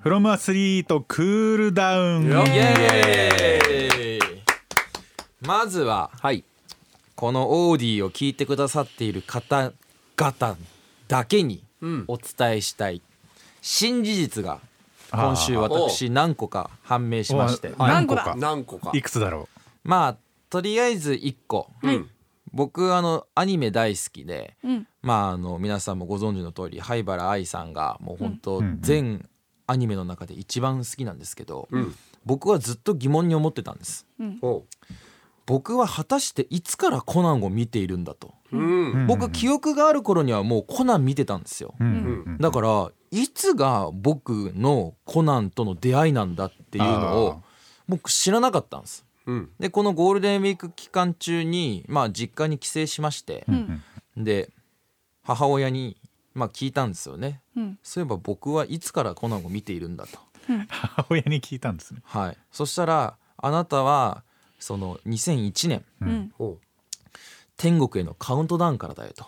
フロムアスリートクールダウン。よイイエエーイまずははいこのオーディを聞いてくださっている方々だけにんお伝えしたい新事実があー今週私何個か判明しましてお何個はかい。何個かいくつだろまあとりあえず1個うん僕あのアニメ大好きで、うんまああの皆さんもご存知の通り灰原哀さんがもう本当ん全アニメの中で一番好きなんですけど、うん僕はずっと疑問に思ってたんですおう僕は果たしていつからコナンを見ているんだと、うんうん僕記憶がある頃にはもうコナン見てたんですよ、う。うんんだからいつが僕のコナンとの出会いなんだっていうのあーを僕知らなかったんですうんでこのゴールデンウィーク期間中にまあ実家に帰省しまして、うんで母親に、まあ、聞いたんですよね、うんそういえば僕はいつからコナンを見ているんだと、母親に聞いたんですね。はい、そしたらあなたはその2001年うん、おう天国へのカウントダウンからだよと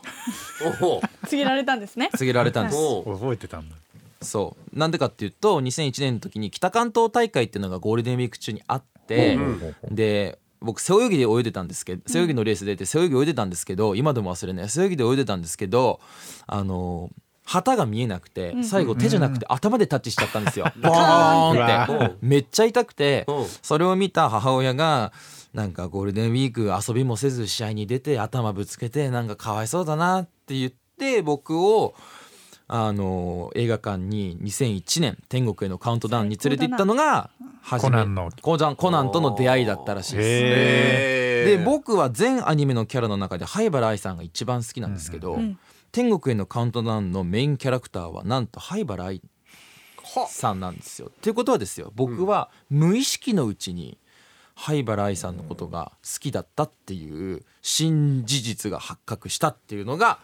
おう告げられたんですね。告げられたん ですおう覚えてたんだ。そうなんでかっていうと2001年の時に北関東大会っていうのがゴールデンウィーク中にあって、うんで僕背泳ぎで泳いでたんですけど背泳ぎのレース出て背泳ぎ泳いでたんですけど今でも忘れない背泳ぎで泳いでたんですけどあの旗が見えなくてん最後手じゃなくて頭でタッチしちゃったんです よ。ボうーンわってめっちゃ痛くてうんそれを見た母親がなんかゴールデンウィーク遊びもせず試合に出て頭ぶつけてなんかかわいそうだなって言って僕をあの映画館に2001年天国へのカウントダウンに連れて行ったのが初めコナンのコナンコナンとの出会いだったらしいです。へえ。えで僕は全アニメのキャラの中で灰原哀さんが一番好きなんですけど、ん天国へのカウントダウンのメインキャラクターはなんと灰原哀さんなんですよ。ということはですよ僕は無意識のうちに灰原哀さんのことが好きだったっていう新事実が発覚したっていうのが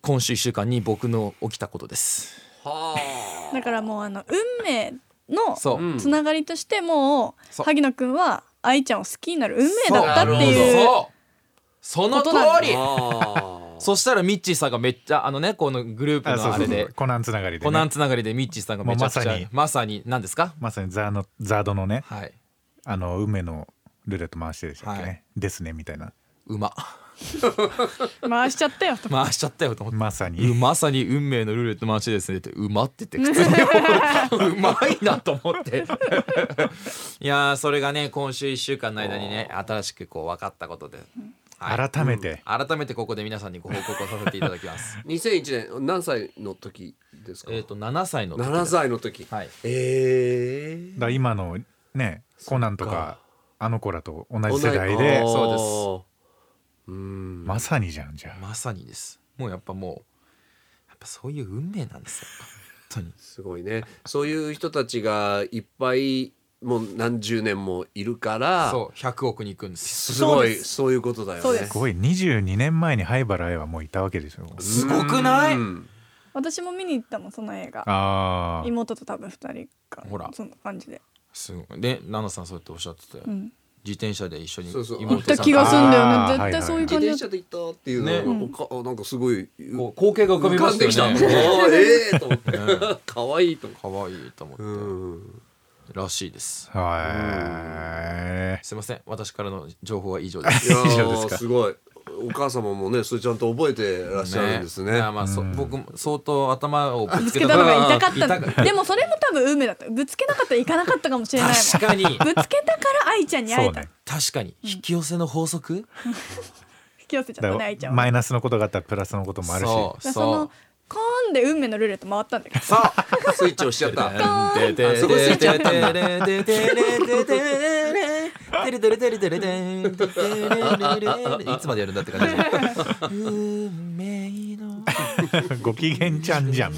今週1週間に僕の起きたことです。はだからもうあの運命のそう、うんつながりとしてもうそう萩野くんは愛ちゃんを好きになる運命だったっていう。そうその通りあそしたらミッチーさんがめっちゃあのねこのグループあ、そのうあそれうそでう。コナンつながりでね。コナンつながりでミッチーさんがめちゃくちゃもうままささにに何ですかまさにザーのザードのね、はいあの梅のルーレット回してでしたっけはね。ですねみたいな。 馬回しちゃったよと。回しちゃったよと思って。まさうに。まさに運命のルーレット回しですねって馬って 言って靴で俺うまいなと思っていやーそれがね今週1週間の間にね新しくこう分かったことで、はい、改めて。改めてここで皆さんにご報告をさせていただきます 2001年何歳の時ですかえっと7歳の時です7歳の時はいええだから今のね、コナンとかあの子らと同同じじ世代であー、そうですうーんまさにじゃんじゃあ。まさにですもうやっぱもうやっぱそういう運命なんですよ本当にすごいねそういう人たちがいっぱいもう何十年もいるからそう100億に行くんですよすごそういでそうすいうことだよねそうですごい22年前に灰原愛はもういたわけですよ。すごくないうん私も見に行ったもんその映画。ああ。妹と多分二人かほらそんな感じで。すごいでナナさんそうやっておっしゃってて、ん自転車で一緒にそうそう行妹っさんたと気がするんだよね。あー絶対そういう自感じだ転った車。で行ったっていうのねが、おかなんかすごいこう光景が浮かび浮かまんすでよきた、ねおーええと思って 可愛いと思って可愛いと思って、うんらしいですはい。すいません私からの情報は以上ですいや以上ですーかすごいお母様もねそれちゃんと覚えてらっしゃるんですいねやまあ、そ僕も相当頭をぶぶつつけけたたののがが痛か痛かっったたでもそれも多分運命だったぶつけなかったら行かなかったかもしれない確かにもんぶつけたから愛ちゃんに会そえうた、ね。確かに引き寄せの法則、引き寄せちゃっだたかね愛ちゃらんはマイだかナスのことがあったらプラスのこともあるし。そうそうらそのコーンで運命のルーレット回ったんだけどそうスイッチ押しち ゃったででそこ過ぎちゃったんだいつまでやるんだって感じ。運命の。 ご機嫌ちゃんじゃん。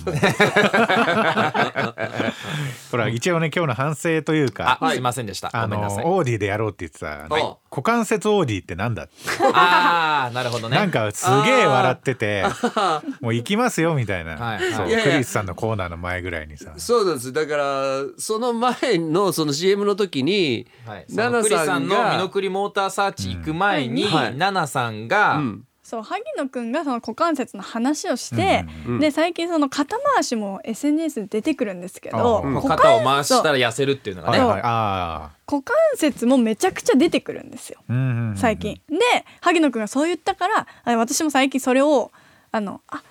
ほら一応ね今日の反省というか。あ、すいませんでした。あごめんのなさい。オーディでやろうって言ってたあのはい股関節オーディってなんだってああ、なるほどね。なんかすげえ笑っててもう行きますよみたいはないはいそういクやいやリスさんのコーナーの前ぐらいにさそうなんですだからその前のその CM の時に、はい、そナのナクリささんんのがミノクリモーターサーチ行く前に、うんはいナナさんが、うんそう萩野くんがその股関節の話をして、うんうんで最近その肩回しも SNS で出てくるんですけど、あーもう股関肩を回したら痩せるっていうのがはねいそうはいあ股関節もめちゃくちゃ出てくるんですよあ、うんうんうんうん最近。で萩野くんがそう言ったからあ私も最近それをあのあ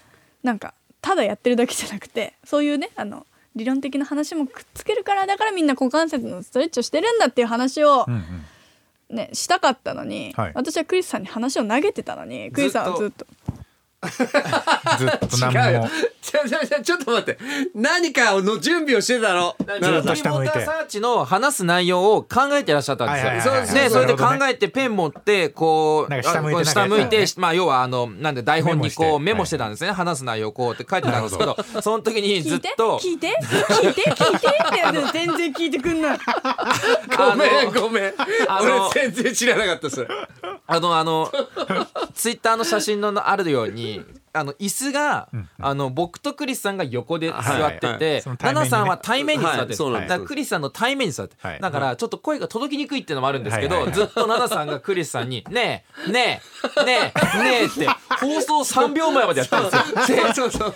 なんかただやってるだけじゃなくてそういうねあの理論的な話もくっつけるからだからみんな股関節のストレッチをしてるんだっていう話をう、んうんね、したかったのに、はい私はクリスさんに話を投げてたのにクリスさんはずっとずっと違う何よもちょちょちょちょっと待って何かの準備をしてたのずっなるほとどリポーターサーチの話す内容を考えてらっしゃったんですよ。はいはいはいはいそうでなね、るそほれどでね考えてペン持ってこうなんか下向いてあこう下向いなんかてやまあ要はあのなんで台本にこうメメモモししててたんですね。話す内容こうって書いてたんですけど、その時にず聞っいてと聞いて聞いて聞いてってやつ全然聞いてくんないごめあんのごめんあの俺全然知らなかったそれあのあのツイッターの写真のあるように。あの椅子が、あの僕とクリスさんが横で座ってて、はいはいその対ナ面にねナさんは対面に座ってる、はいそうなだんですからクリスさんの対面に座ってる、はいだからちょっと声が届きにくいっていうのもあるんですけど、はいはいずっとナナさんがクリスさんに「ねえねえねえねえ」って放送3秒前までやったんですよ。そうそう3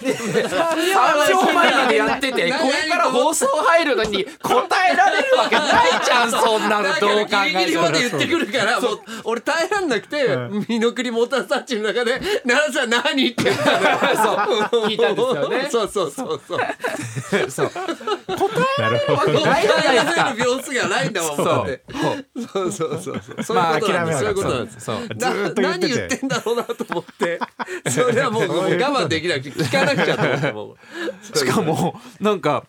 秒前までやっててこれから放送入るのに答えられるわけないじゃんそんなのだどう考からギリえギてリもまで言ってくるからもう俺耐えらんなくてん身の栗モーターサーチの中で「奈良さん何?」って言ったのよそう聞いたんですよね。 そうそうそうそうなるほどないじゃないですか答えられる秒数がないんだもんだってそうそうそうそうそういうことなんですそういうことなんですそうずーっと言っててな何言ってんだろうなと思ってそれはもうもう我慢できなくて聞かなくちゃと思ってもうしかもなんか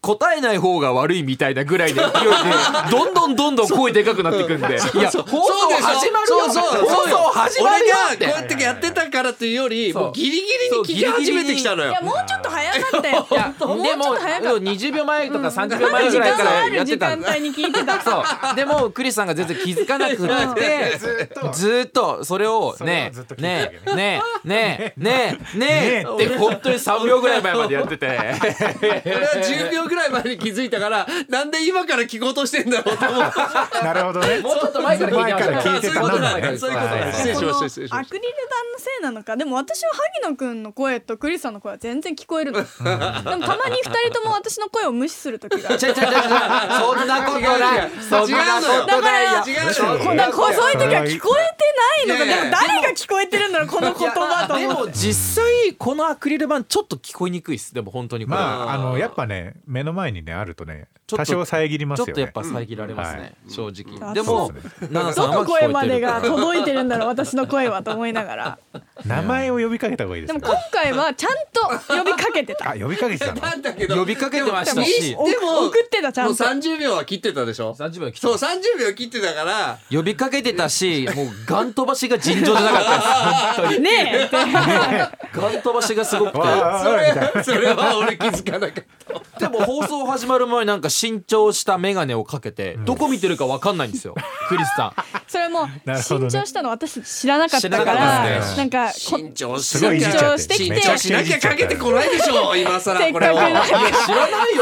答えない方が悪いみたいなぐらいの勢いでどんどんどんどん声でかくなってくんでいや放送そうでしょ始まるよそうそう放そうよ送始まるよって俺がこうやってやってたからというよりそうもうギリギリに聞き始めてきたのいよやもうちょっと早かったいよやもうちでょっと早かもっ20秒前とか30秒た前時ぐらい間かがらあやるって時た間ん帯に聞いてたそうでもクリスさんが全然気づかなくなってずーっとそれをねそれをずっと聞いてねるわねねねねねねって本当に3秒ぐらい前までやってて俺は10秒ぐらい前に気づいたからなんで今から聞こうとしてんだろうと思って なるほどねもうちょっと前から聞いてまし前から聞いてたなたそういうことなんですそういうことなんではいす失礼こしのまアしクた失リル礼し板まのしせいなのかでも私は萩野くんの声とクリスさんの声は全然聞こ えるのでもたまに二人とも私の声を無視する時があるちょいちょいちょいちょいそんなことないそんなことないよ違うのよ違うのよこんなこうそういう時は聞こえてないのかいやいやでも誰が聞こえてるんだろうこの言葉とで思っても実際このアクリル板ちょっと聞こえにくいっすでも本当にこれ、まああのやっぱね目の前にねあるとねちょっと多少遮りますちょよねっとやっぱ遮られますね、正う直んでそもうで奈々さんどはの聞声こまえてでるが届いてるんだろう私の声はと思いながら名前を呼びかけた方がいいでですもね今回はちゃんと呼びかけてたあ呼びかけてたのたなんだけど呼びかけてまでしもたしでも送ってたちゃもうんと30秒は切ってたでしょ30秒来たそう30秒切ってたから呼びかけてたしもうガン飛ばしが尋常じゃなかったです本ねえって 当にガン飛ばしがすごくてわあそわあみたいなれそれは俺気づかなかったでも放送始まる前なんか新調した眼鏡をかけてどこ見てるかわかんないんですよクリスさんそれもなるほど新ね調したの私知らなかったか知らならかったですねなんかこ慎重しすごいいじっちゃってしてきて慎重しなきゃかけてこないでし ょ今更せっこかれくはなんか知らないよ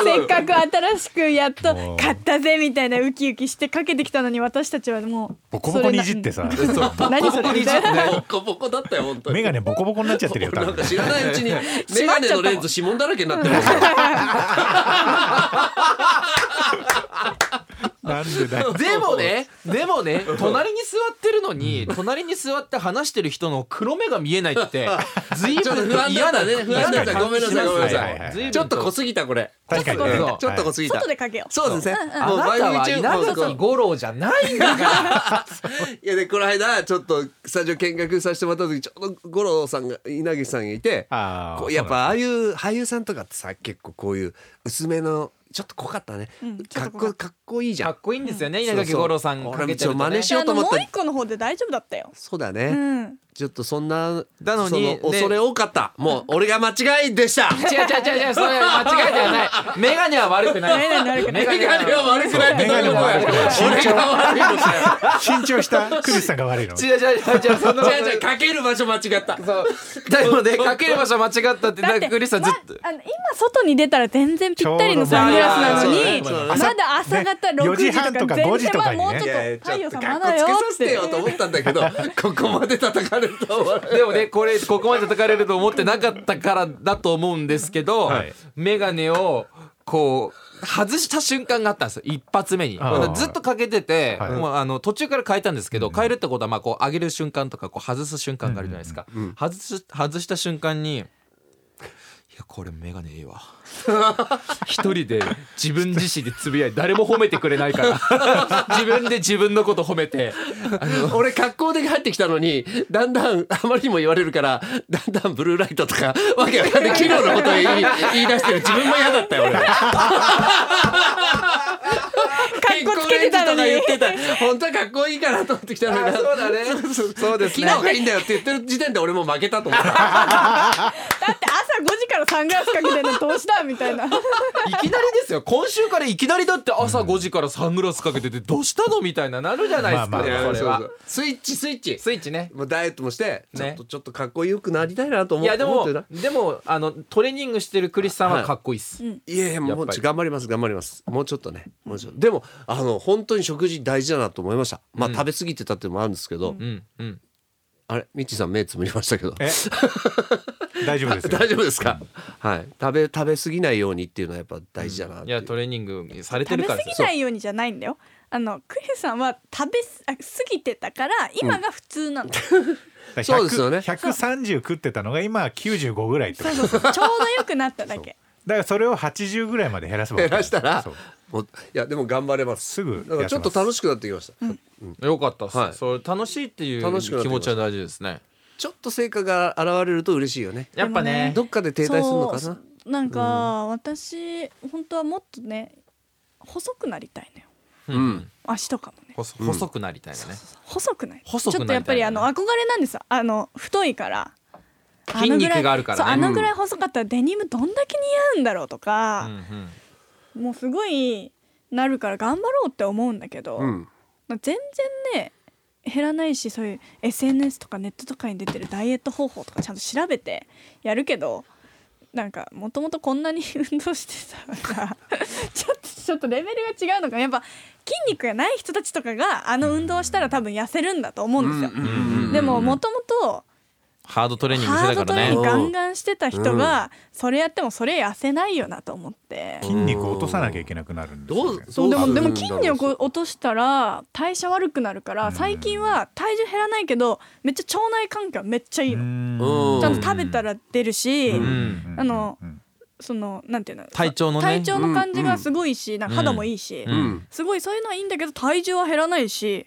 せっかく新しくやっともう買ったぜみたいなウキウキしてかけてきたのに私たちはもうボコボコにいじってさそれな何それみたいなボコボコだったよ本 当メにガネボコボコになっちゃってるよ多 なんか分知らないうちにメまっガちゃネのったもんレンズ指紋だらけになってるなんでだよでもねでもね隣に座ってるのに隣に座って話してる人の黒目が見えない って随ちょっと分不安だ嫌っだたね不安だったごめんなさいごめんなはさいはいはいい随分 ちょっと濃すぎたこれ確かにねそうちょっと濃すぎた外でかけようそうですねあなたは稲もう垣吾郎じゃないん だからいやでこの間ちょっとスタジオ見学させてもらった時ちょうど五郎さんが稲城さんがいてあーこうやっぱああいう俳優さんとかってさ結構こういう薄めのちょっと濃かったね、うんちょかっっと濃かこっかっこいいじゃかんっこいいんですよねそ稲うそう垣吾郎さんかけてる俺もちょっとと真ね似しでよあうとの思もったう一個の方で大丈夫だったよそうだうね、んちょっとそんななのにそのね恐れ多かった、もう俺が間違いでした違う違う違う違うそれ間違いでは ない眼鏡は悪くない眼鏡は悪くない眼メガ鏡ネはは悪くないってどういうことだよメガネは悪くない俺が悪いのさ緊張したクリスさんが悪いの違う違う違う違うそんなことな違う違ういかける場所間違ったそうでもねかける場所間違ったってだなっんかてクリスさんずっとまあの今外に出たら全然ぴったりのサングラスなのにちょうどねまだ朝方ね6時4時半ととかか全5時然とまかあにねもうちょっいやいやと太陽さんかまっこつだけよさっせてよとて思ったんだけどここまで叩かれたわでもねこれここまで叩かれると思ってなかったからだと思うんですけど、はいメガネをこう外した瞬間があったんですよ一発目にあーずっとかけてて、はいもうあの途中から変えたんですけど、変えるってことはまあこう上げる瞬間とかこう外す瞬間があるじゃないですか、外す外した瞬間に。いやこれメガネええわ一人で自分自身でつぶやいて誰も褒めてくれないから 自分で自分のこと褒めて俺格好で入ってきたのにだんだんあまりにも言われるからだんだんブルーライトとかわけわかんない機能のことを言い言い出してる自分も嫌だったよ俺健康っこつけてたのにレンズとか言ってた本当はかっこいいかなと思ってきたのにそうだねそうです機能がいいんだよって言ってる時点で俺も負けたと思っただって朝5時からサングラスかけてるのどうしたみたいないきなりですよ今週からいきなりだって朝5時からサングラスかけててどうしたのみたいななるじゃないですか、まあまあいやそ そうれそはうスイッチスイッチスイッチねもうダイエットもしてちょっねとちょっとかっこよくなりたいなとい思やで思っもてるなでもあのトレーニングしてるクリスさんはかっこいいっす、いやいややっもうぱり頑張ります頑張りますもうちょっとねもうちょっとでもあの本当に食事大事だなと思いましたまあ食べ過ぎてたっていうのもあるんですけどうんうんあれミッチーさん目つむりましたけど え大丈夫ですよ大丈夫ですかはい食べ食べ過ぎないようにっていうのはやっぱ大事だなっいていうやトレーニングされてる食べか過らですよぎないようにじゃないんだよあのクリスさんは食べすあ過ぎてたから今が普通なの、だから100そうですよね130食ってたのが今95ぐらいってこそとうそうそうちょうど良くなっただけだからそれを80ぐらいまで減らせば減らしたらそうもういやでも頑張れますすぐやってますだからちょっと楽しくなってきました、よかったっす、はいそれ楽しいってい楽うしくなって気持ちは大事ですねちょっと成果が現れると嬉しいよねやっぱねでもどっかで停滞するのかそうななんか、私本当はもっとね細くなりたいのようん、足とかもね細細くなりたいなね、細くない細くなりたいちょっとやっぱりあの憧れなんですよあの太いから筋肉があるからねあのぐらいそうあのぐらい細かったらデニムどんだけ似合うんだろうとうんうか、んもうすごいなるから頑張ろうって思うんだけど、うんまあ全然ね減らないしそういう SNS とかネットとかに出てるダイエット方法とかちゃんと調べてやるけどなんかもともとこんなに運動してたから ちょっとちょっとレベルが違うのかやっぱ筋肉がない人たちとかがあの運動をしたら多分痩せるんだと思うんですよ。でももともとハードトレーニングしハてードたかトらレーニンねグガンガンしてた人がそれやってもそれ痩せないよなと思って。筋肉を落とさなきゃいけなくなるんですよねそうでもでも金筋肉を落としたら代謝悪くなるから最近は体重減らないけどめっちゃ腸内環境はめっちゃいいうーんのうんちゃんと食べたら出るしうんうんあのうんそのなんていうの体調のね体調の感じがすごいしなんか肌もいいしんすごいそういうのはいいんだけど体重は減らないし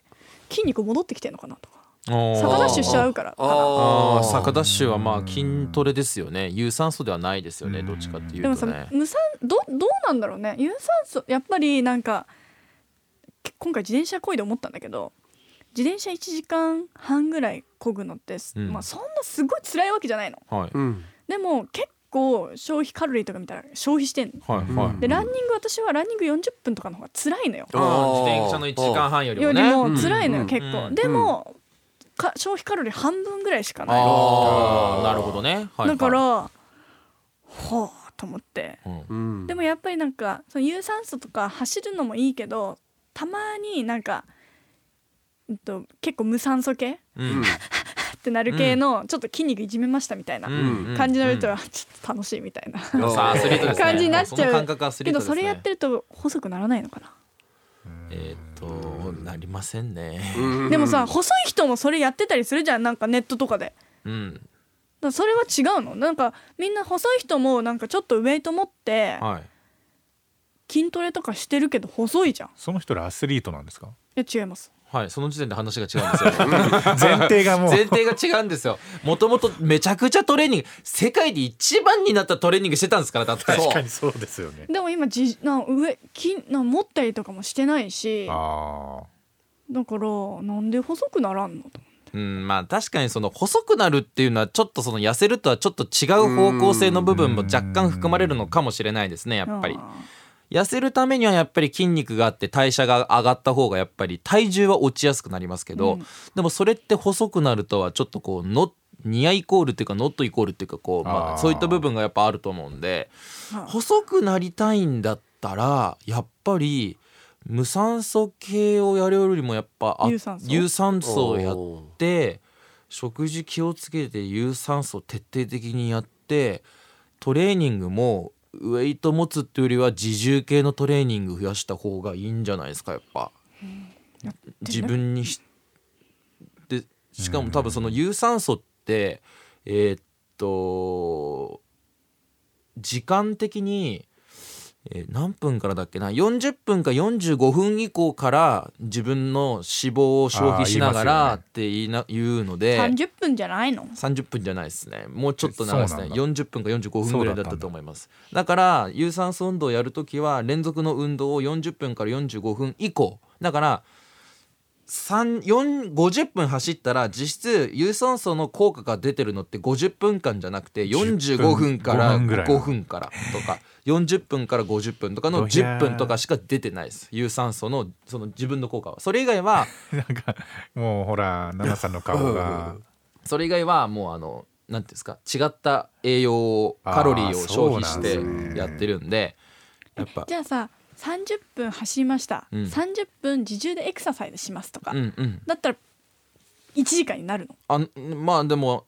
筋肉戻ってきてんのかなとかおー逆ダッシュしちゃうからかなあああー坂ダッシュはまあ筋トレですよね有酸素ではないですよねどっちかっていでもうさとね無酸どどうなんだろうね有酸素やっぱりなんかけ今回自転車こいで思ったんだけど自転車1時間半ぐらいこぐのって、うんまあ、そんなすごい辛いわけじゃないのはいうんでも結構消費カロリーとか見たら消費してんのはいはい、うんでランニング私はランニング40分とかの方が辛いのよあー自転車の1時間半よりよもねりも辛いのよ、うん結構、うんでもか消費カロリー半分ぐらいしかないああなるほどね、はいはいだから、ほうと思ってうんうんでもやっぱりなんかその有酸素とか走るのもいいけどたまになんか、うんと、結構無酸素系うんってなる系の、ちょっと筋肉いじめましたみたいなうん感じの人うんはちょっと楽しいみた いな、んさあアスリートですね感じになっちゃうその感覚アスリけートでどす、そね、れやってると細くならないのかな、えーっとなりませんねうんでもさ細い人もそれやってたりするじゃんなんかネットとかで。うんだからそれは違うのなんかみんな細い人もなんかちょっとウエイト持ってはい筋トレとかしてるけど細いじゃんいその人らアスリートなんですかや違いますはいその時点で話が違うんです よ前提がもう前提が違うんですよもともとめちゃくちゃトレーニング世界で一番になったトレーニングしてたんですからだって確かにそうですよねでも今じな上筋な持ったりとかもしてないしああだからなんで細くならんのとうん、まあ確かにその細くなるっていうのはちょっとその痩せるとはちょっと違う方向性の部分も若干含まれるのかもしれないですねやっぱりあ痩せるためにはやっぱり筋肉があって代謝が上がった方がやっぱり体重は落ちやすくなりますけど、うんでもそれって細くなるとはちょっとこうのニアイコールっていうかノットイコールっていうかこうまあーあそういった部分がやっぱあると思うんでーはい細くなりたいんだったらやっぱり無酸素系をやるよりもやっぱあ有酸素有酸素をやって食事気をつけて有酸素徹底的にやってトレーニングもウェイト持つっていうよりは自重系のトレーニング増やした方がいいんじゃないですかやっぱ。自分にしでしかも多分その有酸素ってえーっと時間的に、えー何分からだっけな40分か45分以降から自分の脂肪を消費しながらあー言いますよねって言いな言うので。 30分じゃないの30分じゃないですねもうちょっと長いですねそうなんだ40分か45分ぐらいだったと思いますだから有酸素運動をやるときは連続の運動を40分から45分以降だから3 4 50分走ったら実質有酸素の効果が出てるのって50分間じゃなくて45分から10分ぐらい5分からとか40分から50分とかの10分とかしか出てないです有酸素のその自分の効果はそれ以外はなんかもうほら奈々さんの顔がそれ以外はもうあのなんていうんですか違った栄養をカロリーを消費しあーそうなんですてねやってるんでやっぱじゃあさ30分走りました、うん30分自重でエクササイズしますとか、うんうんだったら1時間になるのあんまあでも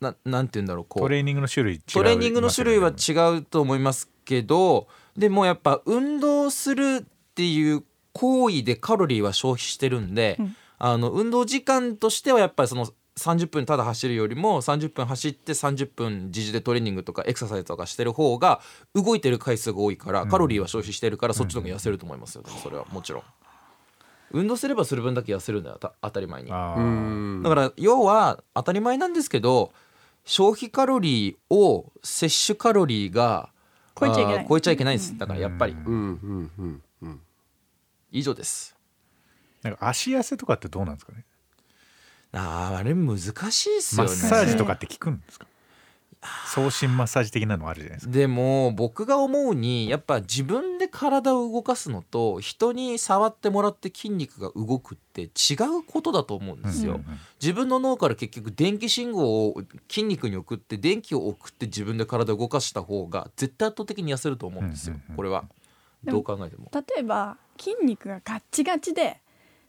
ななんて言うんだろうこうトレーニングの種類違うトレーニングの種類は違うと思いますけどでもやっぱ運動するっていう行為でカロリーは消費してるんで、うんあの運動時間としてはやっぱりその30分ただ走るよりも30分走って30分自重でトレーニングとかエクササイズとかしてる方が動いてる回数が多いからカロリーは消費してるからそっちの方が痩せると思いますよ、でもそれはもちろん運動すればする分だけ痩せるんだよた当たり前にあうーんだから要は当たり前なんですけど消費カロリーを摂取カロリーが超えちゃいけないあー超えちゃいけないんですだからやっぱりうんうんうんうん以上ですなんか足痩せとかってどうなんですかねあーあれ難しいっすマよッねサージとかって効くんですか送信マッサージ的なのあるじゃないですかでも僕が思うにやっぱ自分で体を動かすのと人に触ってもらって筋肉が動くって違うことだと思うんですうよ、んうんうん自分の脳から結局電気信号を筋肉に送って電気を送って自分で体を動かした方が絶対圧倒的に痩せると思うんですよ、うんうんうんこれはでどもう考えても例えば筋肉がガッチガチで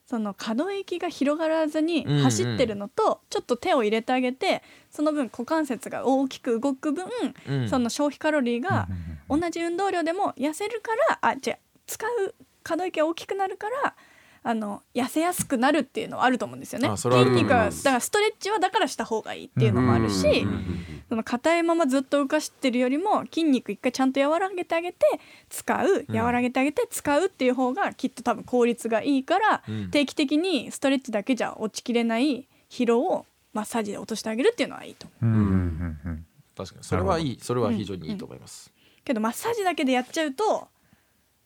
その可動域が広がらずにうんうん走ってるのと、ちょっと手を入れてあげてその分股関節が大きく動く分、うんその消費カロリーがうんうんうん同じ運動量でも痩せるからあじゃ使う可動域が大きくなるからあの痩せやすくなるっていうのはあると思うんですよね。あそ筋れはあると思い肉まはすだからストレッチはだからした方がいいっていうのもあるし、うんうんその硬いままずっと浮かしてるよりも筋肉一回ちゃんと和らげてあげて使ううん和らげてあげて使うっていう方がきっと多分効率がいいから、うん定期的にストレッチだけじゃ落ちきれない疲労をマッサージで落としてあげるっていうのはいいと思ううんうんうんうん確かにそれはいいそれは非常にいいと思います、けどマッサージだけでやっちゃうと、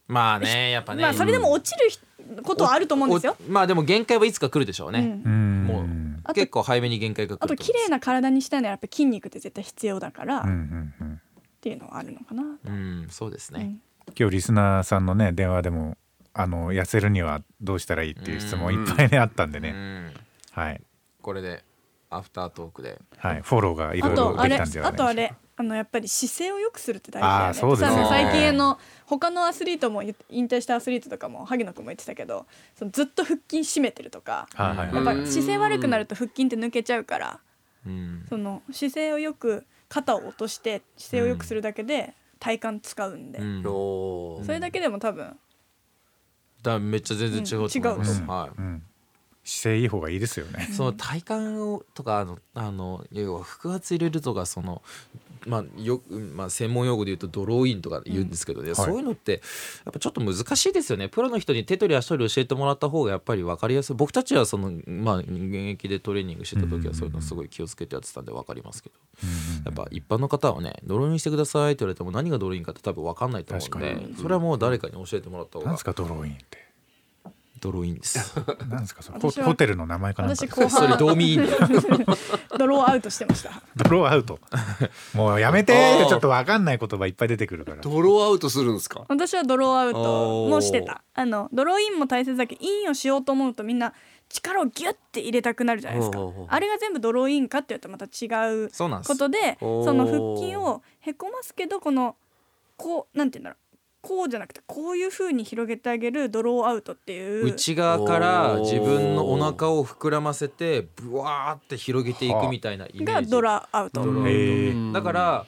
まあねやっぱね、まあそれでも落ちるひことはあると思うんですよ。おまあでも限界はいつか来るでしょうね、うんうんもううんあと結構早めに限界が来あとると思います綺麗な体にしたいならやっぱ筋肉って絶対必要だからうんうっんうんていうのはあるのかな。うんそうですうね、ん今日リスナーさんのね電話でもあの痩せるにはどうしたらいいっていう質問いっぱいねあったんでうんねはいこれでアフタートークではいフォローがいあろいろとであきれ、たんじゃないあでしとょうあかれ、あのやっぱり姿勢を良くするって大事だよあーね。そうですねさあ最近あの他のアスリートも言引退したアスリートとかも萩野くんも言ってたけど、そのずっと腹筋締めてるとか、はいはいうんやっはぱい姿勢悪くなると腹筋って抜けちゃうから、うんその姿勢をよく肩を落として姿勢を良くするだけで体幹使うんで、うんだかおーそれだけでも多分らめっちゃ全然違うと思います、うんはいうん姿勢いい方がいいですよねその体幹をとかあのあの要は腹圧入れるとかその、まあよくまあ、専門用語で言うとドローインとか言うんですけどね、んそういうのってやっぱちょっと難しいですよねプロの人に手取り足取り教えてもらった方がやっぱり分かりやすい僕たちはその、まあ、現役でトレーニングしてた時はそういうのすごい気をつけてやってたんで分かりますけど、やっぱ一般の方はね「ドローインしてください」って言われても何がドローインかって多分分かんないと思うん確かでそれはもう誰かに教えてもらった方なんがですかドローインってドローインですなんですか それホ私はホテルの名前かなんか私後それ半ドーミーイ ンドローアウトしてました。ドローアウトもうやめてーちょっとわかんない言葉いっぱい出てくるからドローアウトするんですか私はドローアウトもしておーたあのドローインも大切だけどインをしようと思うとみんな力をギュッて入れたくなるじゃないですかおうおうおうあれが全部ドローインかっていうとまた違うそうなんですことでおーその腹筋をへこますけどこのこうなんて言うんだろうこうじゃなくてこういう風に広げてあげるドローアウトっていう内側から自分のお腹を膨らませてブワーって広げていくみたいなイメージがドラアウト。ドラへえだから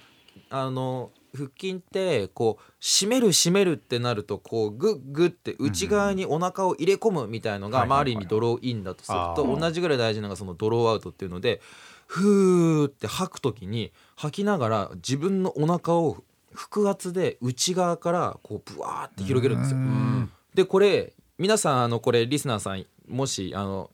あの腹筋ってこう締める締めるってなるとこうグッグッって内側にお腹を入れ込むみたいのが、うんまあ、はいはいはいある意味ドローインだとするあとー同じぐらい大事なのがそのドローアウトっていうのでふーって吐く時に吐きながら自分のお腹を腹圧で内側からこうブワーって広げるんですよ。うんでこれ皆さんあのこれリスナーさんもしあの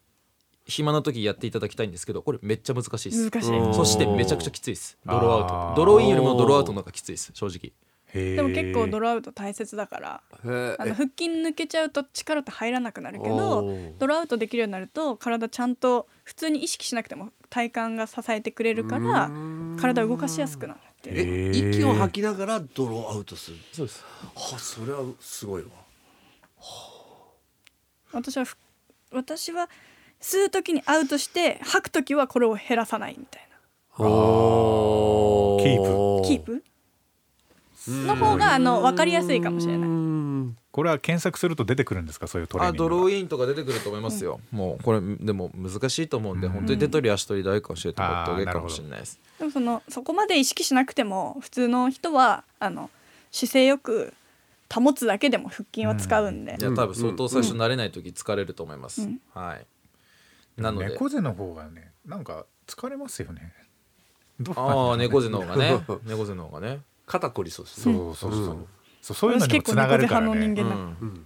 暇な時やっていただきたいんですけどこれめっちゃ難しいです。難しうんいそしてめちゃくちゃきついですドローアウあートドローインよりもドローアウトの方がきついです正直へえでも結構ドローアウト大切だからへあえの腹筋抜けちゃうと力って入らなくなるけおどードローアウトできるようになると体ちゃんと普通に意識しなくても体幹が支えてくれるから体動かしやすくなるっていうへええ息を吐きながらドローアウトするそうですはそれはすごいわ私はふ私は吸う時にアウトして吐く時はこれを減らさないみたいおキーなプキープの方があの分かりやすいかもしれないこれは検索すると出てくるんですかそういうトレーあニンドグロがーインとか出てくると思いますよもうこれでも難しいと思うんでうん本当に手取り足取り誰か教えてもらった方がいいかもしれないですでもそのそこまで意識しなくても普通の人はあの姿勢よく保つだけでも腹筋は使うんで、いや多分相当最初慣れない時疲れると思いますうんはいなので猫背の方がねなんか疲れますよね どうなんだろあうあね猫背の方がね 猫背の方がね肩こりそうですねそうそうそう、そうそういうのにもつながるから私結構猫背派のうね人間だんうん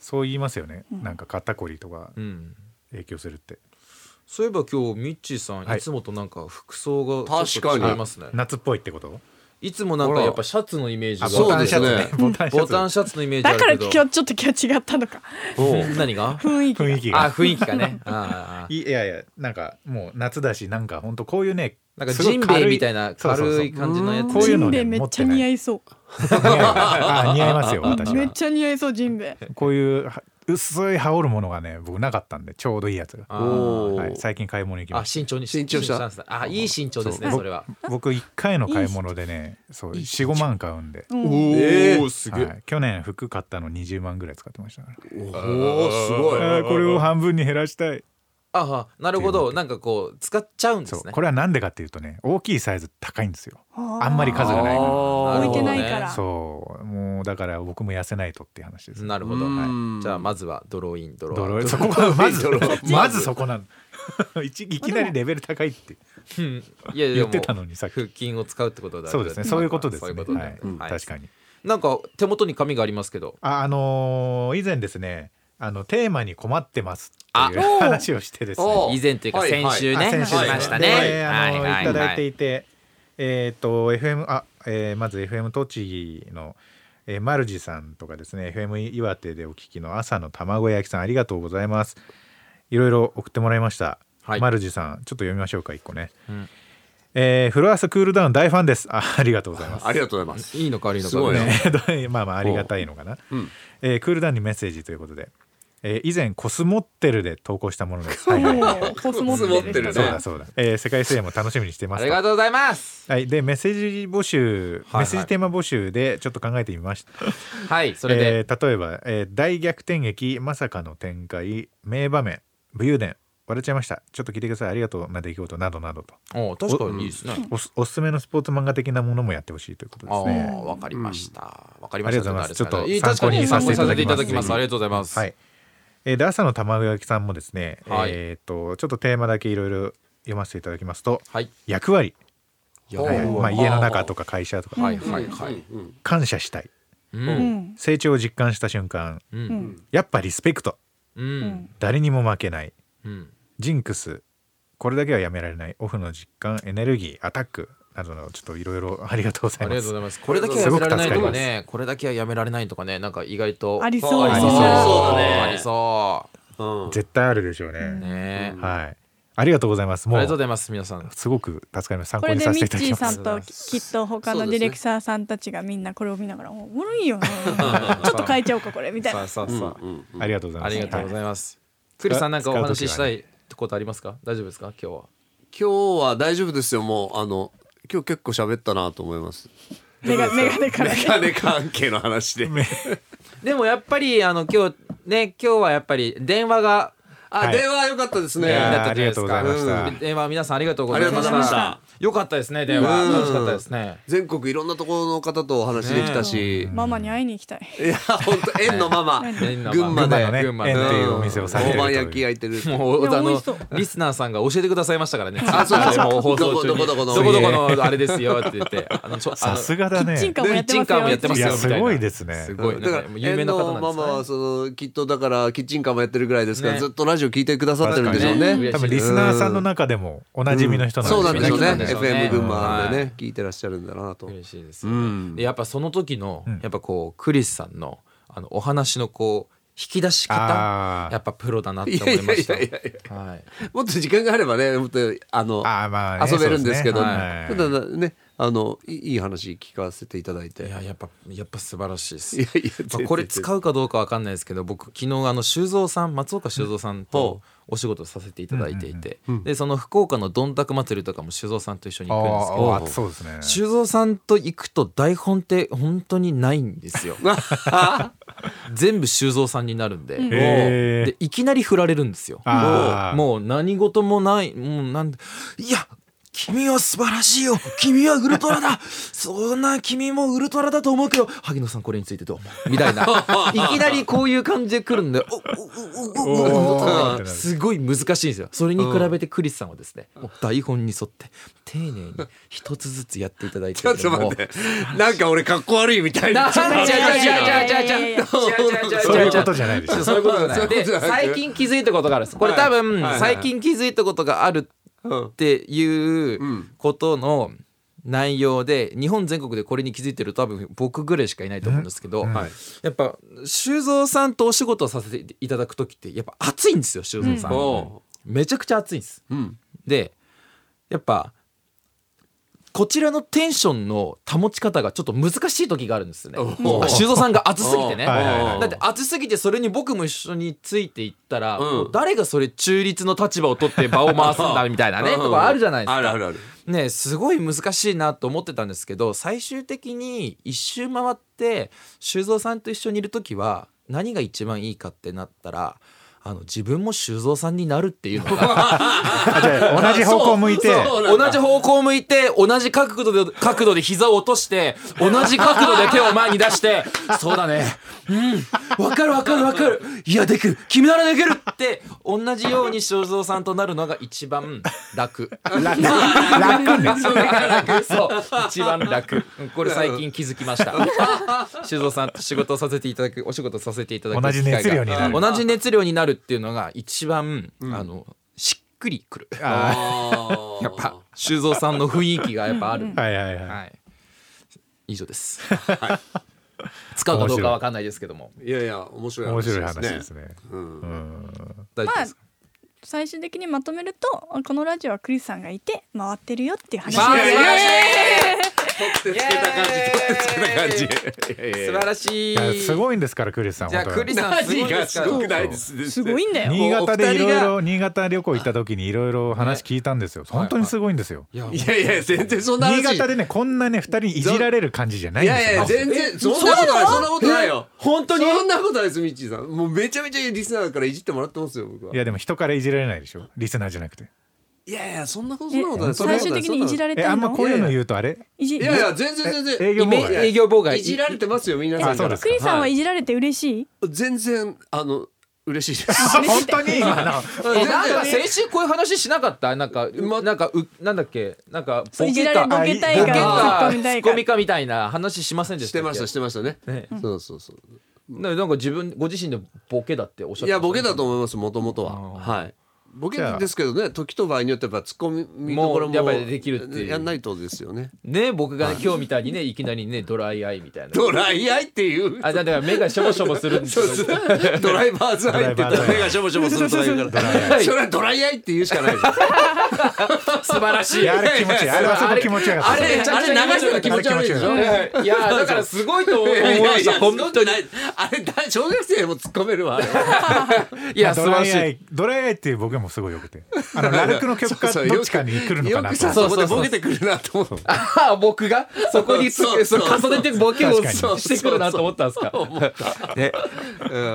そう言いますよね、なんか肩こりとかうん影響するってそういえば今日ミッチーさんはいいつもとなんか服装がちょっと違いますね夏っぽいってこといつもなんかやっぱシャツのイメージがあボタンシャツそうねですボタンシャボツタンシャツのイメージあだるからけ今ど日ちょっと今日違ったのかお何が雰囲気が雰囲気あが雰囲気がねああああ いいやいやなんかもう夏だしなんかほんとこういうねなんかすごジいン軽ベエみたいなそうそうそう軽い感じのやつこういうのねジンベエめっちゃ似合いそ似合うあ似合い ますよう私めはっちゃ似合いそうジンベエこういうは薄い羽織るものがね僕なかったんでちょうどいいやつが、あおーはい、最近買い物に行きあまし慎重に慎重したですねあいい慎重たですねうそれは僕僕1回の買い物でねそういい45万買うんで、うんえーすはい、去年服買ったの20万ぐらい使ってましたからおおすごいあーこれを半分に減らしたいああなるほどなんかこう使っちゃうんでそうすねこれはなんでかっていうとね大きいサイズ高いんですよあーあんまり数がないからあ置いてないからそうもうだから僕も痩せないとっていう話ですなるほどうーんはいじゃあまずはドローインドロードアウロトーそこがまずドロー まずそこな のいちいきなりレベル高いって いやいや言ってたのにさっき腹筋を使うってことだそうですねそういうことですそういねうことはねいはい確かになんか手元に紙がありますけどああのー以前ですねあのテーマに困ってますあっていう話をしてですねお以前というかはい先週ねあ先し週はいましたでねあのはいいただいていてえっと FM あえーまず FM 栃木のえーマルジさんとかですね FM 岩手でお聞きの朝の卵焼きさんありがとうございますいろいろ送ってもらいましたはいマルジさんちょっと読みましょうか一個ねうんえーフロアスクールダウン大ファンですあありがとうございますありがとうございますいいのか悪いのすごいかね えーとまあまあありがたいのかな、うんえークールダウンにメッセージということで、えー以前コスモッテルで投稿したもの です、はいはいはいもうコスモってコスモってるねるそうだそうだ、えー世界水泳も楽しみにしてまあすりとがとうございますはい、でメッセージ募集、はいはいメッセージテーマ募集でちょっと考えてみましたはいそれでえー例えば、えー大逆転劇まさかの展開名場面武勇伝割れちゃいましたちょっと聞いてくださいありがとうな出来事などなどとお確かにいいですね。おすおすすめのスポーツ漫画的なものもやってほしいということでああすねわかりました。わかりました。ありがとうございますどなるちょっとですかねいい参確考にかさせにてい参考にさせていたただきますだきますありがとうございます。はい。えーで朝の卵焼きさんもですね、はいえーとちょっとテーマだけいろいろ読ませていただきますとはい。役割、やおはいーまあ、家の中とか会社とか、はいはいはい。うん感謝したいうんう。ん成長を実感した瞬間う。うんんやっぱリスペクトううんん。誰にも負けないうん。ジンクスこれだけはやめられないオフの実感エネルギーアタックなどのちょっといろいろありがとうごあざいりがとますうございます。これだけはやめられないとかね、これだけはやめられないとかね、なんか意外とありそうありそうありそうだねありそうん絶対あるでしょうう。ね、ねえ。あはいありがとうございますりもがとうごうざいます皆さん。すごく助かります参こ考れにでさミせていただッチきーますさんときっと他のディレクターさんたちがみんなこれを見ながら「おもろいよねちょっと変えちゃおうかこれ」みたいさなあさあうんうさあ。んうんありがとうございあますりがとうごはざいます。クリスさんなんかお話しし使う時たはいことありますか？大丈夫ですか？今日は。今日は大丈夫ですよもうあの今日結構喋ったなと思いますメガメガネから、メガネ関係の話で。でもやっぱりあの今日ね今日はやっぱり電話があ、はい電話良かったですいやね。ーありがとうございましうたん。電話皆さんありがとうございありまがしとたうございましたよかったですね電話うん楽しかったですね全国いろんなところの方とお話できたし。ママに会いに行きたい。いや、本当園のママ。園のママ群馬で。群馬のね園っていうお店をされてる大と判いう焼き焼いてる。もういやあ美の味しそうリスナーさんが教えてくださいましたからねあそうそうもう放送中にどこどこどこのどこどこのあれですよって言ってあのちょあのさすがだねキッチンカーもやってますキッチンカーもよ。いやってますよやみすたいなごいですねすごいだなんからかもう有名な方園のママなんはですねそのきっとだからキッチンカーもやってるぐらいですから、ねずっとラジオ聞いてくださってるんでしょう確ねかにね多分リスナーさんの中でもおなじみの人なんそうなんでしょうねそうなんでしょうね FM 群馬ではね、い聞いてらっしゃるんだなと嬉しいですようねんでやっぱその時のんやっぱこうクリスさんのあのお話のこう引き出し方あやっぱプロだなっていや思いいやまいしたやいやはいもっと時間があればねもっとあのーあーまあね遊べるんですけど、そうねたはいだねあのいいい話聞かせていただいていややっぱやっぱ素晴らしいですいやいやまあこれ使うかどうかわかんないですけど僕昨日あの修造さん松岡修造さんとお仕事させていただいていて、でその福岡のどんたく祭りとかも修造さんと一緒に行くんですけあどーあーそうですね修造さんと行くと台本って本当にないんですよ全部修造さんになるんで,、へーでいきなり振られるんですよあーもう何事もないもうなんでいや君は素晴らしいよ君はウルトラだそんな君もウルトラだと思うけど萩野さんこれについてどう思うみたいな いきなりこういう感じで来るんでおおおおおおおーうんすごい難しいんですよそれに比べてクリスさんはですね、もう台本に沿って丁寧に一つずつやっていただいて ちょっと待 ってなんか俺かっこ悪いみたいななんじゃじゃじゃじゃじゃいやいやいやいやいやそういうことじゃないですそういうことじゃないそういうでことじゃない最近気づいたことがあるんですこれ多分はい最近気づいたことがあるうんっていうんことの内容で日本全国でこれに気づいてる多分僕ぐらいしかいないと思うんですけど、うんはいやっぱ修造さんとお仕事をさせていただく時ってやっぱ熱いんですよ修造さん、おめちゃくちゃ熱いんです。ううんでやっぱこちらのテンションの保ち方がちょっと難しい時があるんですよねおー修造さんが熱すぎてねおーはいはいはいだって熱すぎてそれに僕も一緒についていったら、うんもう誰がそれ中立の立場を取って場を回すんだみたいな ねとかあるじゃないですかあるあるあるねすごい難しいなと思ってたんですけど最終的に一周回って修造さんと一緒にいる時は何が一番いいかってなったらあの自分も修造さんになるっていうのがあじゃあ同じ方向向いてそうなんだ同じ方向を向いて同じ角度で角度で膝を落として同じ角度で手を前に出して「そうだねうんわかるわかるわかるいやできる君ならできる!」って同じように正蔵さんとなるのが一番楽。楽楽そう一番楽うんこれ最近気づきました修造さんと仕事をさせていただくお仕事をさせていただく同じ熱機会量がになる同じ熱量になるっていうのが一番、あのしっくりくるああーやっぱ修造さんの雰囲気がやっぱある。ーはいはいはいはい。以上です。使うかどうかわかんないですけども。いやいや面白い面話白い話ですねねうんうん大丈夫ですか。最終的にまとめるとこのラジオはクリスさんがいて回ってるよっていう話まあ素晴らし取ってつけた感じ取ってつ けい。た感じいやい素や晴らしいい。やすごいんですからクリスさんじゃあ本当クにリさんすごいですから何がすごくないですねすごいんだよ。新潟でいろいおろ新潟旅行行った時にいろいろ話聞いたんですよ本当にすごいんですよいやいやいや全然そんな話新潟でねこんなね二人にいじられる感じじゃないいんでやいすやよ全然そんなことないそんなことないよ本当にそんなことないですミッチーさんもうめちゃめちゃリスナーからいじってもらってますよ僕はいやでも人からいじられないでしょリスナーじゃなくていやいやそんなことそんなことないそんな最ことな終い的にいじられえたあいんまのこういうの言うとあれいじいやいや全然全然営業妨イメ害営業妨害いじられてますよ皆さんあそうかでらすクリスさんはいいじられて嬉しい全然あの嬉しいです 本当に今のえなんか先週こういう話しなかったなんかうなんかうなんだっけなんかボいじケられかボケたいボケかツかッコツみたッいコかミかみたいな話しませんでししたてっけましたしてましたねねそうそうそうななんか自分ご自身でボケだっておっしゃっていやボケだとと思いますもともとははいボケですけどね時と場合によってやっぱツッコミ見どころももうやっぱりできるっていうやんないとですよねね僕がね今日みたいにねいきなりねドライアイみたいなドライアイっていうあだから目がしょぼしょぼするんですよドライバーズアイって言ったら目がしょぼしょぼするとか言うからそれはドライアイって言うしか ないです素晴らしいやあれ気持ちいいあれはすごい気持ちよかあっれ、あれ流してるの気持ち悪いでしょ。いやだからすごいと思いました本当ににあれだ小学生も突っ込めるわ。あれ いやた素ド晴ラらイしアいイドライアイっていう僕はもすごいよくてあ のラルクの曲かそうそうよくどっちかに来るのかよなくとさ思ってそこでボケてくるなと思ったああ僕がそこにつそうそうその重ねてボケを確かにしてくるなと思ったんですかね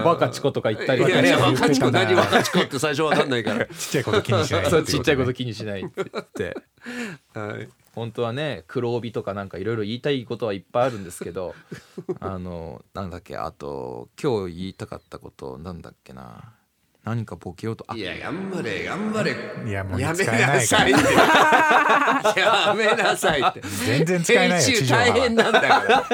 バカチコとか言ったりいとかやいねや若ちこ言ってた何な若ちこって最初わかんないからちっちゃいこと気にしないそうちっちゃいこと気にしないって言ってはい本当はね黒帯とかなんかいろいろ言いたいことはいっぱいあるんですけ どあのなんだっけあと今日言いたかったことなんだっけな何かボケようとあいや頑張れ頑張れいやもうやめ使えなないかさいらってやめなさいって全然使えないよ編地集上波大は変なんだか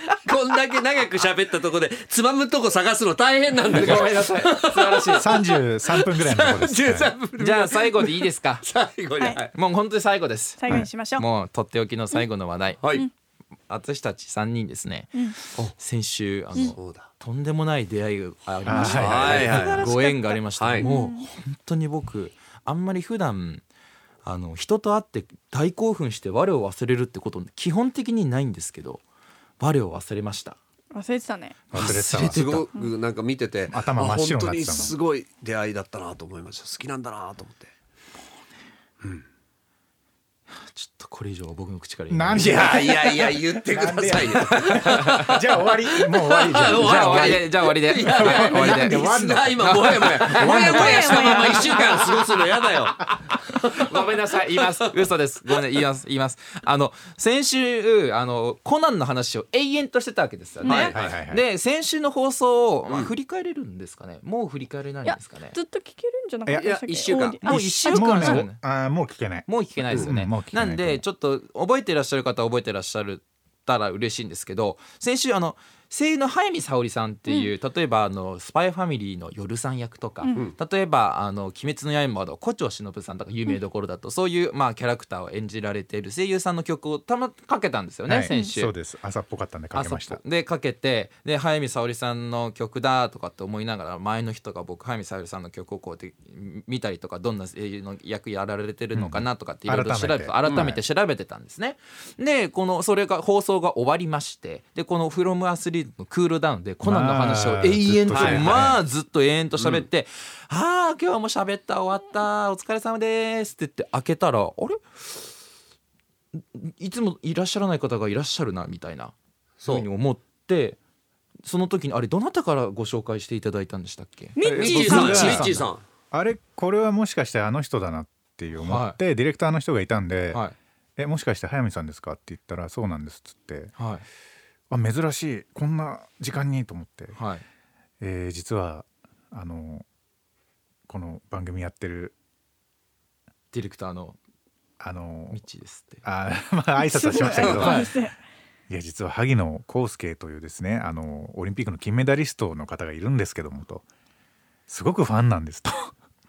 らこんだけ長く喋ったとこでつまむとこ探すの大変なんだからごめんなさい素晴らしい33分ぐらいのとこです、はい13分じゃあ最後でいいです か最後にははいいもう本当に最後です最後にしましょう、もうとっておきの最後の話題はい私たち3人ですね、先週あの、そうだとんでもない出会いがありましあた、はいはいはいご縁がありました、はいもう本当に僕あんまり普段あの人と会って大興奮して我を忘れるってこと基本的にないんですけど我を忘れました忘れてたね忘れてた忘れわてすごくなんか見てて頭真っ白になあ本当ってたもんにすごい出会いだったなと思いました好きなんだなと思ってちょっとこれ以上は僕の口から言えなないんでやいやいや言ってくださいよじゃあ終わりもう終わりじゃん じじゃゃああ終終わわりりでじゃあ終わりでいやいや終わりなんでで終リわスんのナー今もやもやもやもやしたまま1週間過ごすのやだよごめんなさい言います嘘ですごめんな言います言いますあの先週あのコナンの話を永遠としてたわけですよね、はいはいはいはいで先週の放送を、まあ、振り返れるんですかね、もう振り返れないんいやですかねずっと聞けるんじゃなかったいやでしたっいけや一週間オーディもあう一週間もうですよねねあーもう聞けないもう聞けないですよね、うんもう聞けなないんでちょっと覚えてらっしゃる方は覚えてらっしゃるたら嬉しいんですけど先週あの声優の早見沙織さんっていう、例えばあの「スパイファミリー」の夜さん役とか、例えば「あの鬼滅の刃」の胡蝶忍さんとか有名どころだと、そういう、まあ、キャラクターを演じられている声優さんの曲をたまかけたんですよね、はい先週。そうです朝っぽかったんでかけましたあそっでかけてで早見沙織さんの曲だとかって思いながら前の日とか僕早見沙織さんの曲をこうやって見たりとかどんな声優の役やられてるのかなとかっていろいろ調べて、うん改め改てめて調べてたんですね。でこのそれが放送が終わりましてでこの「フロムアスリートのクールダウンでコナンの話をまあ永遠とずっとねまあずっと永遠と喋って「ああ今日も喋った終わったお疲れ様です」って言って開けたら「あれいつもいらっしゃらない方がいらっしゃるなみたいなそういうふうに思ってその時にあれどなたからご紹介していただいたんでしたっけミミッッチチーーささんんミミッッチチーーささんあれこれはもしかしてあの人だなっていう思って、ディレクターの人がいたんで「はえもしかして早見さんですか?」って言ったら「そうなんです」っつってはい「あ珍しいこんな時間に」と思って、はいえー実はあのこの番組やってるディレクターのあのミッチーですってあ ーまあ挨拶はしましたけ ど、はいい、や実は萩野公介というですねあのオリンピックの金メダリストの方がいるんですけどもとすごくファンなんですと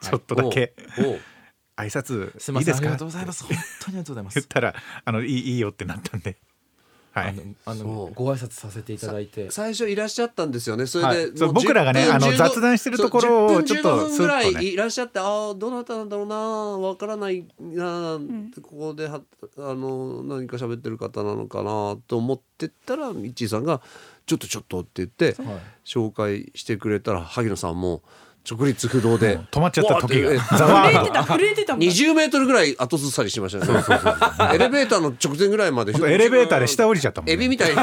ちょっとだけおう挨拶すいまいいせでんあすりかがとうございます本当にありがとうございま言っすたらあのいいいいよってなったんではあいのあそのうご挨拶させていただいて最初いらっしゃったんですよねそれで、はいそうもう僕らがね10分あの15雑談してるところをそう10分ちょっと15分ぐらスッとねいいらっしゃってああどなたなんだろうなわからないな、ここではあの何か喋ってる方なのかなと思ってったらミッチーさんが「ちょっとちょっと」って言ってはい紹介してくれたら萩野さんも直立不動で止まっちゃったわー時がて ざわ震えーてた震えてたもん20メートルぐらい後ずさりしてましたね。エレベーターの直前ぐらいまでほんとエレベーターで下降りちゃったもんねエビみ たい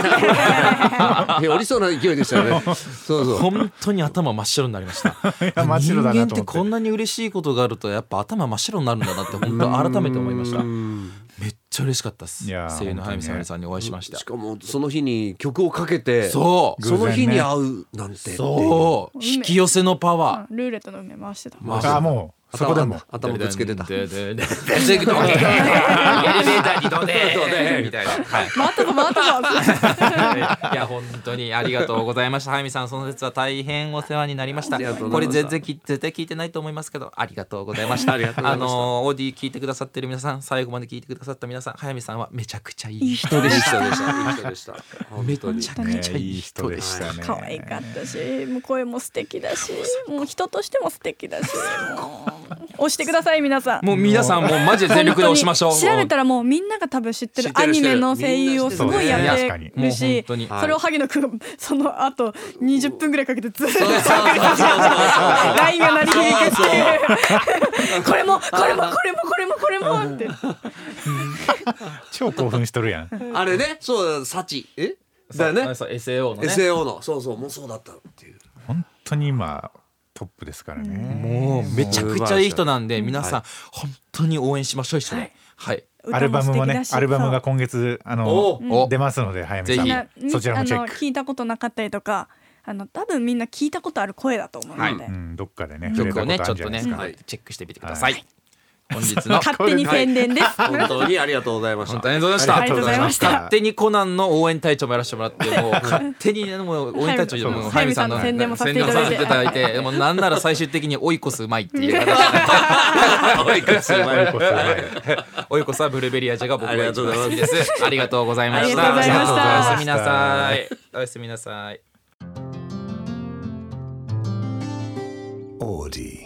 な降りそうな勢いでした よね。そうそう。本当に頭真っ白になりましたや 真っ白だな人間っと思っててこんなに嬉しいことがあるとやっぱ頭真っ白になるんだなって本当改めて思いましたうんめっちゃ嬉しかったっすいやー声優の早見本当沙織にねさんにお会いしましたしかもその日に曲をかけてそうその偶日然にね会うなんてっていうそう運命引き寄せのパワーうんルーレットの梅回してたまあーもうそこでも頭頭ぶつけてたででででででど けエレベーターにどでみたいな。はい回ったぞ回ったぞいや本当にありがとうございました。早見さんその節は大変お世話になりました。ありがとこうござれいまし全た然き絶対聞いてないと思いますけどありがとうございました。ありがとうございましたのオーディ聞いてくださってる皆さん最後まで聞いてくださった皆さん早見さんはめちゃくちゃいい人人でしたでしたいい人でしためちゃくちゃいい人でした。たね可愛かったしもう声も素敵だしもう人としても素敵だしもう押してください皆さんもう皆さんもうマジで全力で押しましょう本当に調べたらもうみんなが多分知ってるアニメの声優をすごいやってもうる本し当にはいそれを萩野くんその後20分ぐらいかけてずっとそうそうそうそうラインが鳴り響くっていうそうこれもこれもこれもこれもこれもって超興奮しとるやんそうあれねそうだサチえだよねそうそう SAO のね SAO のそうそうもうそうだったっていう本当に今トップですからね、もうめちゃくちゃいい人なんで皆さんは本当に応援しましょう一緒にはいアルバムも歌ね素敵だしアルバムが今月あのお出ますので早見さんぜなもそちらもチェッあのク、聞いたことなかったりとかあの多分みんな聞いたことある声だと思うので、うん、どっかでね触れ曲たことあをねちるょんっじゃなといねですか、はいチェックしてみてください本日の勝手に宣伝です。本当にありがとうございました本当にありがとうございましたありがとうございました勝手にコナンの応援隊長もやらせてもらってもう勝手にねもう応援隊長もうはいのはいはい宣伝もさせていただい宣て伝もさせていただいてもうなんなら最終的に追い越すうまいっていう おいくつということで追い越すはブルーベリー味が僕が一番好きですありがとうございましたありがとうございましたおやすみなさいおやすみなさい Audi.